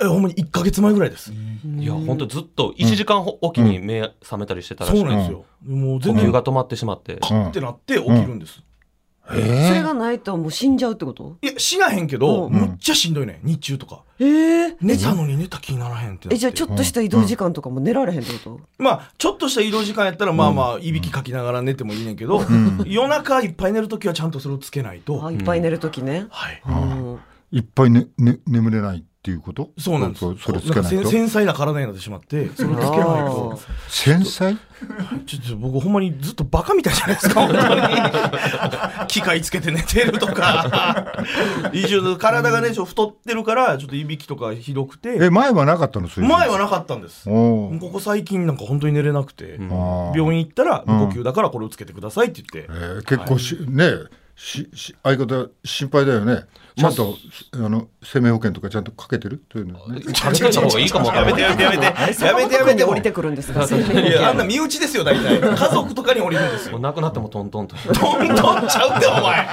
[SPEAKER 2] え、ほんまに1ヶ月前ぐらいです。
[SPEAKER 3] いや、ほんとずっと1時間ほおきに目覚めたりしてたらし
[SPEAKER 2] そう
[SPEAKER 3] い。
[SPEAKER 2] なんです
[SPEAKER 3] 呼
[SPEAKER 2] よ。もう全
[SPEAKER 3] 吸
[SPEAKER 2] 然
[SPEAKER 3] が止まってしまって。
[SPEAKER 4] うん
[SPEAKER 2] ってなって起きるんです。
[SPEAKER 1] そ
[SPEAKER 4] え
[SPEAKER 1] れがないともう死んじゃうってこと
[SPEAKER 2] いや、死なへんけど、
[SPEAKER 1] うん
[SPEAKER 2] むっちゃしんどいねん日中とか。
[SPEAKER 1] えー、
[SPEAKER 2] 寝たのに寝た気にならへんってなって
[SPEAKER 1] え、じゃあちょっとした移動時間とかも寝られへんってこと、
[SPEAKER 2] まあ、ちょっとした移動時間やったら、まあまあ、いびきかきながら寝てもいいねんけど、夜中いっぱい寝るときはちゃんとそれをつけないと。
[SPEAKER 1] あ
[SPEAKER 2] はい。
[SPEAKER 1] いっぱい寝るときね。うん
[SPEAKER 4] いっぱい、ねね、眠れないっていうこと
[SPEAKER 2] そうなんです。
[SPEAKER 4] そそれつけ
[SPEAKER 2] んか
[SPEAKER 4] な
[SPEAKER 2] せ
[SPEAKER 4] い
[SPEAKER 2] ん
[SPEAKER 4] と
[SPEAKER 2] 繊細な体になってしまって、それをつけないと。
[SPEAKER 4] 繊細
[SPEAKER 2] ちょっと僕ほんまにずっとバカみたいじゃないですか、本 当に。機械つけて寝てるとか。一応、体がね、ちょっと太ってるから、ちょっといびきとかひどく
[SPEAKER 4] え
[SPEAKER 2] て、
[SPEAKER 4] 前はなかったのそういうの
[SPEAKER 2] 前はなかったんです。
[SPEAKER 4] おー
[SPEAKER 2] ここ最近なんか本当に寝れなくて、
[SPEAKER 4] あー
[SPEAKER 2] 病院行ったら無呼吸だからこれをつけてくださいって言って、
[SPEAKER 4] えー結構し、ねしし相方心配だよねちゃんと、あ、の生命保険とかちゃんとかけてるというのね
[SPEAKER 3] 食べといた方がいいかもわから
[SPEAKER 2] やめ
[SPEAKER 3] ない
[SPEAKER 2] てやめてやめてやめてやめて
[SPEAKER 1] 降
[SPEAKER 2] 降
[SPEAKER 1] り
[SPEAKER 2] り
[SPEAKER 1] て
[SPEAKER 2] て
[SPEAKER 1] くるんですか。
[SPEAKER 2] いやあんな身内ですよ大体家族とかに降りるんです
[SPEAKER 3] もう
[SPEAKER 2] よ
[SPEAKER 3] 亡くなってもトントンと。ぐ
[SPEAKER 2] トントンちゃうってお前な
[SPEAKER 3] らい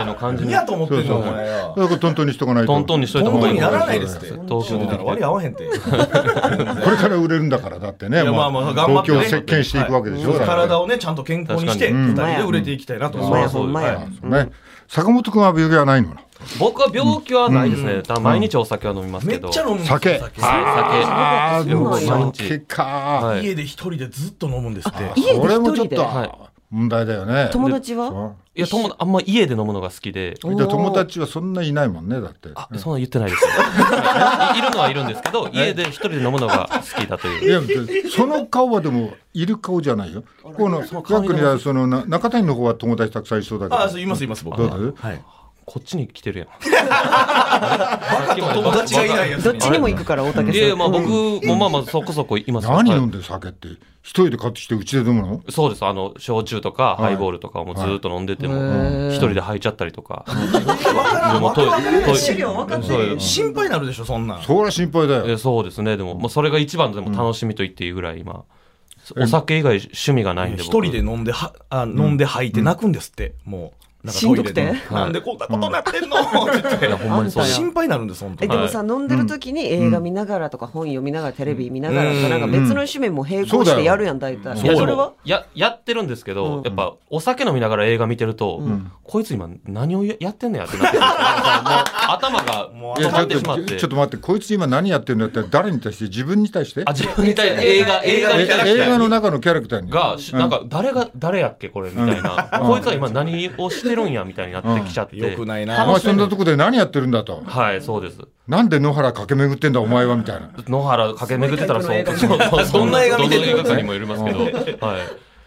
[SPEAKER 2] あ
[SPEAKER 3] の感じ
[SPEAKER 2] 何
[SPEAKER 3] に。
[SPEAKER 2] やと思ってんのお前
[SPEAKER 4] だ
[SPEAKER 2] よ
[SPEAKER 4] からトントンにしとかないと
[SPEAKER 3] トントンにしといた
[SPEAKER 2] ト
[SPEAKER 3] 方
[SPEAKER 2] ン
[SPEAKER 3] が
[SPEAKER 2] トン
[SPEAKER 3] いい。
[SPEAKER 2] にならないですって
[SPEAKER 3] 東
[SPEAKER 2] 東京出
[SPEAKER 3] 京出た
[SPEAKER 2] た
[SPEAKER 3] ら
[SPEAKER 2] ら
[SPEAKER 3] 終わり
[SPEAKER 2] 割合合わへんて
[SPEAKER 4] これから売れるんだからだってね
[SPEAKER 2] いや
[SPEAKER 4] もう
[SPEAKER 2] まあまあ頑張ってね
[SPEAKER 4] 東京を席巻していくわけでしょ、だから
[SPEAKER 2] 体をねちゃんと健康にして
[SPEAKER 3] 確
[SPEAKER 2] 二
[SPEAKER 1] かに
[SPEAKER 2] 人で売れていきたいなと
[SPEAKER 1] ほん
[SPEAKER 2] 思
[SPEAKER 1] ま
[SPEAKER 2] い
[SPEAKER 1] や
[SPEAKER 2] ます
[SPEAKER 1] ほんまや。
[SPEAKER 4] ね、坂本君は病気はないのな
[SPEAKER 3] 僕は病気はないですね。ただ毎日お酒は飲みます
[SPEAKER 2] め
[SPEAKER 3] け
[SPEAKER 2] っ
[SPEAKER 3] ど。
[SPEAKER 2] ちゃ飲むんですよ
[SPEAKER 4] 酒
[SPEAKER 3] はい
[SPEAKER 4] あーでも
[SPEAKER 1] そうなん
[SPEAKER 3] や
[SPEAKER 4] 酒か、
[SPEAKER 3] はい
[SPEAKER 2] 家で一人でずっと飲むんですって
[SPEAKER 1] 家で一人で
[SPEAKER 4] それもちょっと、
[SPEAKER 3] はい
[SPEAKER 4] 問題だよね
[SPEAKER 1] 友達は
[SPEAKER 4] そう
[SPEAKER 3] いや友達あんま家で飲むのが好きで
[SPEAKER 1] おー
[SPEAKER 4] で友達はそんないないもんねだって
[SPEAKER 3] あそんな言ってないですよはいいいるのはいるんですけど家で一人で飲むのが好きだと
[SPEAKER 4] い
[SPEAKER 3] いう
[SPEAKER 4] やでその顔はでもいる顔じゃないよこの
[SPEAKER 3] その顔
[SPEAKER 4] ザ
[SPEAKER 3] に
[SPEAKER 4] クにはそのな中谷の方は友達たくさんいそうだけど
[SPEAKER 2] あそういますいます僕
[SPEAKER 4] どう
[SPEAKER 2] は
[SPEAKER 4] だよ
[SPEAKER 2] い
[SPEAKER 3] こっちに来てるやん
[SPEAKER 2] あと友達がいないやつ
[SPEAKER 1] どっちにも行くから大竹さん
[SPEAKER 3] いやいやまあ
[SPEAKER 1] うん
[SPEAKER 3] 僕もまあまあそこそこいますよ
[SPEAKER 4] 何
[SPEAKER 3] はい
[SPEAKER 4] 飲んでる酒って一人で買ってきてうちで飲むの
[SPEAKER 3] そうですあの焼酎とか
[SPEAKER 4] い
[SPEAKER 3] ハイボールとかもずーっと飲んでても、
[SPEAKER 1] へー
[SPEAKER 3] 一人で吐いちゃったりとか、
[SPEAKER 2] から
[SPEAKER 3] で
[SPEAKER 2] ん
[SPEAKER 3] も
[SPEAKER 2] わか
[SPEAKER 3] トイ
[SPEAKER 2] らん
[SPEAKER 3] トイ
[SPEAKER 2] 資料わかんない
[SPEAKER 3] そうよ
[SPEAKER 2] 心配になるでしょそんなん
[SPEAKER 4] そりゃ心配だ
[SPEAKER 3] え
[SPEAKER 4] よ
[SPEAKER 3] そうですねでも、まあ、それが一番のでも楽しみと言っていいぐらい今、お酒以外趣味がないんで
[SPEAKER 2] 一
[SPEAKER 3] 僕
[SPEAKER 2] 人で飲んではあ飲んで吐いて泣くんですってもうなんか
[SPEAKER 1] しんどくて
[SPEAKER 2] トイレでなんでこんなことなってんのって言って
[SPEAKER 3] いやほんまにそう心
[SPEAKER 1] あんたや
[SPEAKER 2] 心配になるんです本当
[SPEAKER 1] え
[SPEAKER 2] に
[SPEAKER 1] でもさ、飲んでる時に映画見ながらとか本読みながらテレビ見ながらとかなんか別の趣味も並行してやるやん大体
[SPEAKER 3] 配
[SPEAKER 1] いや
[SPEAKER 3] いや
[SPEAKER 1] そ
[SPEAKER 3] で
[SPEAKER 1] れは
[SPEAKER 3] もややってるんですけど、
[SPEAKER 1] うん
[SPEAKER 3] やっぱお酒飲みながら映画見てると、こいつ今何をややってんのやってなってくる もう頭がも
[SPEAKER 2] も
[SPEAKER 3] う
[SPEAKER 2] う
[SPEAKER 4] いや
[SPEAKER 3] 止
[SPEAKER 4] ち
[SPEAKER 3] ま
[SPEAKER 4] ょ
[SPEAKER 3] っしま
[SPEAKER 4] って
[SPEAKER 3] っ
[SPEAKER 4] と
[SPEAKER 3] て
[SPEAKER 4] ちょっと待ってこいつ今何やってるんだって誰に対して自分に対して
[SPEAKER 3] あ自分に対して映画映画
[SPEAKER 4] え
[SPEAKER 3] に対して
[SPEAKER 4] 映画の中のキャラクターに
[SPEAKER 3] が、しなんか誰が誰やっけこれみたいな、こいつは今何をしてるんやみたいになってきちゃって、
[SPEAKER 2] よくない
[SPEAKER 4] お
[SPEAKER 2] な
[SPEAKER 4] 前そんなとこで何やってるんだと
[SPEAKER 3] はいそうです
[SPEAKER 4] なんで野原駆け巡ってんだお前はみたいな
[SPEAKER 3] 野原駆け巡ってたらそうそうそう
[SPEAKER 2] どんな映画見てる
[SPEAKER 3] どの映画館にもよりますけど、はい、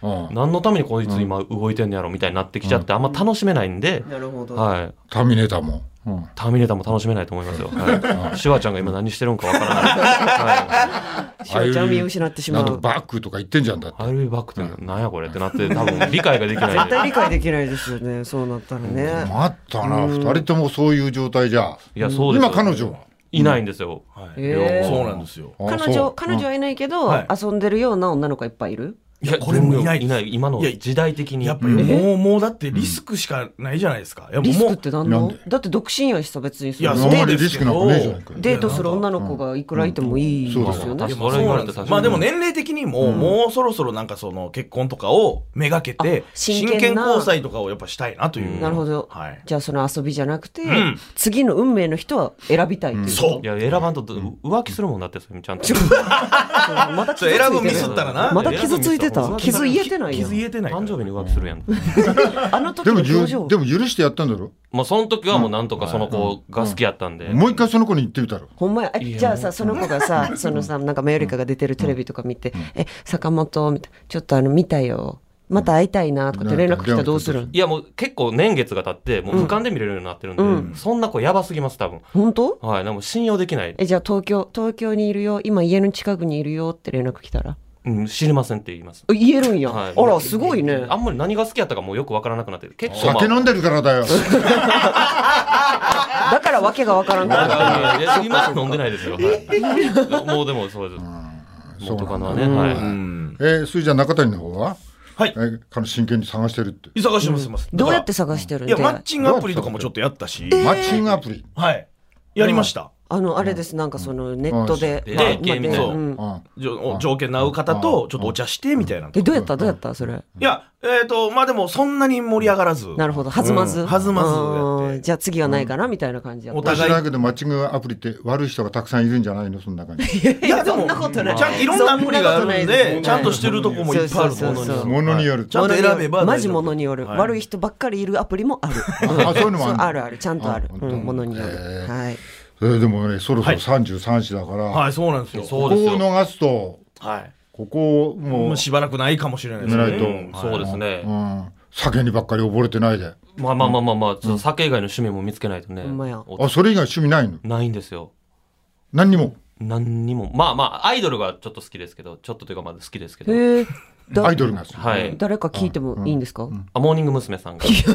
[SPEAKER 4] うん
[SPEAKER 3] 何のためにこいつ今動いてんのやろみたいになってきちゃってあんま楽しめないんで、
[SPEAKER 1] なるほど
[SPEAKER 3] はい、
[SPEAKER 4] ターミネーターもうん
[SPEAKER 3] ターミネーターも楽しめないと思いますよ、はい、シュワちゃんが今何してるんかわからない、は
[SPEAKER 1] しおちゃんを見失ってしま
[SPEAKER 4] なんと
[SPEAKER 1] う
[SPEAKER 4] バックとか言ってんじゃんだって
[SPEAKER 3] い、アルビバックってなんやこれってなって多分理解ができない
[SPEAKER 1] 絶
[SPEAKER 3] んで
[SPEAKER 1] 対理解できないですよねそうなったらね
[SPEAKER 4] 困ったな二人ともそういう状態じゃ
[SPEAKER 3] いやそうです
[SPEAKER 4] 今彼女はい
[SPEAKER 3] ないんですよ、
[SPEAKER 2] はい
[SPEAKER 1] えー
[SPEAKER 2] そうなんですよ
[SPEAKER 4] あ
[SPEAKER 1] 彼
[SPEAKER 4] そ
[SPEAKER 1] 女
[SPEAKER 4] う
[SPEAKER 1] 彼女はいないけど、
[SPEAKER 2] はい
[SPEAKER 1] 遊んでるような女の子はいっぱいいる
[SPEAKER 3] いや
[SPEAKER 2] これもいない
[SPEAKER 3] いない今の
[SPEAKER 2] いや
[SPEAKER 3] 時代的に
[SPEAKER 2] やっぱ
[SPEAKER 3] うん
[SPEAKER 2] りもうもうだってリスクしかないじゃないですかいやも
[SPEAKER 1] リ
[SPEAKER 2] う
[SPEAKER 1] スクって何な
[SPEAKER 4] なん
[SPEAKER 1] の
[SPEAKER 4] で
[SPEAKER 1] だって独身やしさ別にそ
[SPEAKER 2] いや
[SPEAKER 1] の
[SPEAKER 2] そ
[SPEAKER 4] あ
[SPEAKER 2] うん
[SPEAKER 1] デ
[SPEAKER 4] ま
[SPEAKER 1] ー
[SPEAKER 4] り
[SPEAKER 1] ト
[SPEAKER 4] リスクなんかねえじゃないかよ
[SPEAKER 1] デートする女の子がいくらいてもいい
[SPEAKER 4] うん
[SPEAKER 1] ですよね、
[SPEAKER 3] いや
[SPEAKER 2] そう
[SPEAKER 3] それ言われ
[SPEAKER 2] な
[SPEAKER 3] て
[SPEAKER 2] んです
[SPEAKER 3] 確かに
[SPEAKER 2] まあでも年齢的にも、もうそろそろなんかその結婚とかをめがけて
[SPEAKER 1] あ真
[SPEAKER 2] 真
[SPEAKER 1] 剣
[SPEAKER 2] 剣
[SPEAKER 1] な
[SPEAKER 2] 交際とかをやっぱしたいなという、
[SPEAKER 3] うん
[SPEAKER 1] なるほど、
[SPEAKER 2] はい
[SPEAKER 1] じゃあその遊びじゃなくて、
[SPEAKER 2] ん
[SPEAKER 1] 次の運命の人は選びたいっていうこと、
[SPEAKER 2] そう
[SPEAKER 3] いや選ばんと浮気するもんだってそれちゃんと
[SPEAKER 1] まだ傷ついてる
[SPEAKER 2] そう選ぶミスったらな
[SPEAKER 1] まだ傷ついて
[SPEAKER 3] 選ぶ
[SPEAKER 1] た
[SPEAKER 3] ミス
[SPEAKER 1] 傷言えてないや
[SPEAKER 2] 傷
[SPEAKER 1] ん
[SPEAKER 2] 言えてないから
[SPEAKER 3] 誕生日に浮気するやん
[SPEAKER 1] あの時
[SPEAKER 4] で
[SPEAKER 1] の
[SPEAKER 4] もゆ
[SPEAKER 1] 表情
[SPEAKER 4] でも許してやったんだろ
[SPEAKER 3] まあその時はもうなんとかその子が好きやったんで、
[SPEAKER 4] もう一回その子に言ってみたら
[SPEAKER 1] ほんまやえ
[SPEAKER 3] いや
[SPEAKER 1] じゃあさその子がさそのさなんかマヨリカが出てるテレビとか見て「え坂本」みたいな「ちょっとあの見たよまた会いたいな」とかって連絡来たらどうするん
[SPEAKER 3] いやもう結構年月が経ってもう俯瞰で見れるようになってるんで、
[SPEAKER 1] うん
[SPEAKER 3] そんな子やばすぎます多分
[SPEAKER 1] 本当
[SPEAKER 3] はいでも信用できない、
[SPEAKER 1] えじゃあ東京東京にいるよ今家の近くにいるよって連絡来たら
[SPEAKER 3] うん、知りませんって言います
[SPEAKER 1] あ言えるんや、
[SPEAKER 3] はい
[SPEAKER 1] あらすごいね
[SPEAKER 3] あんまり何が好きやったかもうよくわからなくなってる結構、まあ、
[SPEAKER 4] 酒飲んでるからだよ
[SPEAKER 1] だからわけがわからんから
[SPEAKER 3] いや今飲んでないですよ、はい、もうでもそうです
[SPEAKER 4] そう
[SPEAKER 3] 元
[SPEAKER 4] な
[SPEAKER 3] カ
[SPEAKER 4] んだ
[SPEAKER 3] ノはね、はい
[SPEAKER 2] うん
[SPEAKER 4] えーそれじゃあ中谷の方は
[SPEAKER 2] はい
[SPEAKER 4] えー彼女真剣に探してるって
[SPEAKER 2] 忙しいもします
[SPEAKER 1] どうやっ
[SPEAKER 2] だか
[SPEAKER 1] て探してるん
[SPEAKER 2] らい
[SPEAKER 1] で
[SPEAKER 2] やマッチングアプリとかもちょっとやったし、
[SPEAKER 4] マッチングアプリ
[SPEAKER 2] はいやりました、
[SPEAKER 1] あのあれですなんかそのネットで、
[SPEAKER 3] うん
[SPEAKER 1] まあ
[SPEAKER 3] でゲーム
[SPEAKER 1] まあ
[SPEAKER 2] そう
[SPEAKER 1] うん
[SPEAKER 4] うん
[SPEAKER 2] じょお条件の合う方とちょっとお茶してみたいな、
[SPEAKER 1] え
[SPEAKER 2] い
[SPEAKER 1] どうやったどうやったそれ
[SPEAKER 2] やえっ、とまあでもそんなに盛り上がらず
[SPEAKER 1] なるほど弾まず、
[SPEAKER 2] うん弾まずやって
[SPEAKER 1] うんじゃあ次はないかな、みたいな感じやった
[SPEAKER 2] お
[SPEAKER 4] 私
[SPEAKER 2] 互い
[SPEAKER 4] だけどマッチングアプリって悪い人がたくさんいるんじゃないのその中に
[SPEAKER 2] いやで
[SPEAKER 1] そ
[SPEAKER 2] も
[SPEAKER 1] んなことない
[SPEAKER 2] ちゃんいろんなアプリがあるんでちゃんとしてるとこもいっぱいある
[SPEAKER 1] そうそうそうそう
[SPEAKER 4] ものによる
[SPEAKER 2] ちゃんと選べば大丈夫
[SPEAKER 1] マジものによる、
[SPEAKER 2] はい
[SPEAKER 1] 悪い人ばっかりいるアプリもある
[SPEAKER 4] あそういうのもある
[SPEAKER 1] あるあるちゃんとある
[SPEAKER 4] あ本当
[SPEAKER 1] うんものによ
[SPEAKER 4] へ
[SPEAKER 1] る
[SPEAKER 4] ー
[SPEAKER 1] はい
[SPEAKER 4] えーでもねそろそろ
[SPEAKER 2] はい
[SPEAKER 4] 33子だから、
[SPEAKER 2] はいそうなんですよ
[SPEAKER 3] そ
[SPEAKER 4] こ
[SPEAKER 3] う
[SPEAKER 4] こ
[SPEAKER 3] です
[SPEAKER 4] を
[SPEAKER 3] よ
[SPEAKER 4] 逃すと
[SPEAKER 2] はい
[SPEAKER 4] ここを
[SPEAKER 2] も
[SPEAKER 4] もう
[SPEAKER 2] うしばらくないかもしれないです
[SPEAKER 4] 見ないと
[SPEAKER 2] ね
[SPEAKER 4] うん
[SPEAKER 3] そうですね、
[SPEAKER 4] うん、酒にばっかり溺れてないで
[SPEAKER 3] まあまあまあまあまあ、ちょっと酒以外の趣味も見つけないとね、
[SPEAKER 1] ほんまや
[SPEAKER 3] お
[SPEAKER 4] あそれ以外趣味ないの
[SPEAKER 3] ないんですよ
[SPEAKER 4] 何にも
[SPEAKER 3] 何にもまあまあアイドルがちょっと好きですけどちょっとというかまだ好きですけど、
[SPEAKER 1] へえ
[SPEAKER 4] アイドルが好き、
[SPEAKER 3] はい
[SPEAKER 1] 誰か聞いてもいいんですか、
[SPEAKER 3] あモーニング娘。さんが
[SPEAKER 4] あそ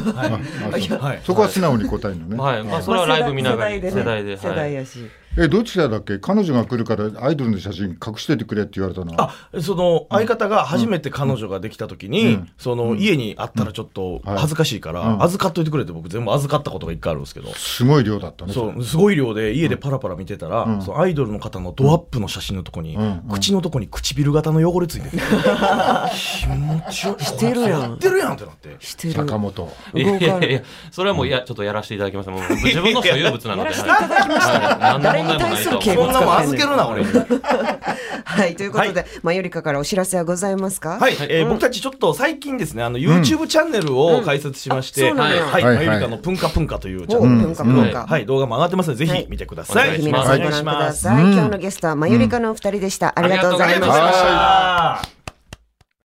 [SPEAKER 4] う
[SPEAKER 2] はい
[SPEAKER 4] そこは素直に答えるのね、
[SPEAKER 3] はいまあそれはライブ見ながら世
[SPEAKER 1] 世
[SPEAKER 3] 代
[SPEAKER 1] 代
[SPEAKER 3] で
[SPEAKER 1] で,、
[SPEAKER 3] は
[SPEAKER 1] 世代
[SPEAKER 3] い
[SPEAKER 1] やし
[SPEAKER 4] えどちらだっけ彼女が来るからアイドルの写真隠しててくれって言われたのは
[SPEAKER 2] あその相方が初めて彼女ができた時に、その家にあったらちょっと恥ずかしいから、
[SPEAKER 4] うん
[SPEAKER 2] 預かっといてくれって僕全部預かったことが一回あるんですけど、
[SPEAKER 4] すごい量だったね
[SPEAKER 2] そうすごい量で家でパラパラ見てたら、そのアイドルの方のドアップの写真のとこに、
[SPEAKER 4] ん
[SPEAKER 2] 口のとこに唇型の汚れついてて、気持ち悪い
[SPEAKER 1] してるやん
[SPEAKER 2] やってるやんってなって
[SPEAKER 1] してる
[SPEAKER 4] 坂本
[SPEAKER 3] いやい
[SPEAKER 1] 動か
[SPEAKER 3] や
[SPEAKER 1] ない
[SPEAKER 3] いやそれはもういやちょっとやらせていただきましたもう自分の所有物なの
[SPEAKER 1] や
[SPEAKER 3] で
[SPEAKER 1] らせてい
[SPEAKER 3] はい
[SPEAKER 1] ただきました
[SPEAKER 3] はい何でも
[SPEAKER 1] 誰れに対する敬
[SPEAKER 2] そ
[SPEAKER 1] 語
[SPEAKER 2] んなもん
[SPEAKER 1] 使って
[SPEAKER 2] 預け
[SPEAKER 1] んねん
[SPEAKER 2] るな俺に
[SPEAKER 1] はいということで、まあよりかからお知らせはございますか
[SPEAKER 2] はい、えー僕たちちょっと最近ですね、あの YouTube チャンネルを開設しまして、
[SPEAKER 1] うんあそうな
[SPEAKER 2] は
[SPEAKER 1] ん
[SPEAKER 2] い、
[SPEAKER 1] や
[SPEAKER 2] はい、
[SPEAKER 4] はい
[SPEAKER 2] まゆりかのぷんかぷんかというチャ
[SPEAKER 1] お
[SPEAKER 2] ンネル。
[SPEAKER 1] 文化文化
[SPEAKER 2] はい、動画も上がってますので、ぜ
[SPEAKER 1] は
[SPEAKER 2] ひ
[SPEAKER 1] い
[SPEAKER 2] 見てください。
[SPEAKER 3] お願い
[SPEAKER 1] ぜひ
[SPEAKER 3] し
[SPEAKER 1] 皆
[SPEAKER 3] ます
[SPEAKER 1] さんご覧ください、今日のゲストはまゆりかのお二人でした、ありがとうございま
[SPEAKER 2] あ
[SPEAKER 1] し
[SPEAKER 2] りがとうござい
[SPEAKER 1] た
[SPEAKER 2] ました。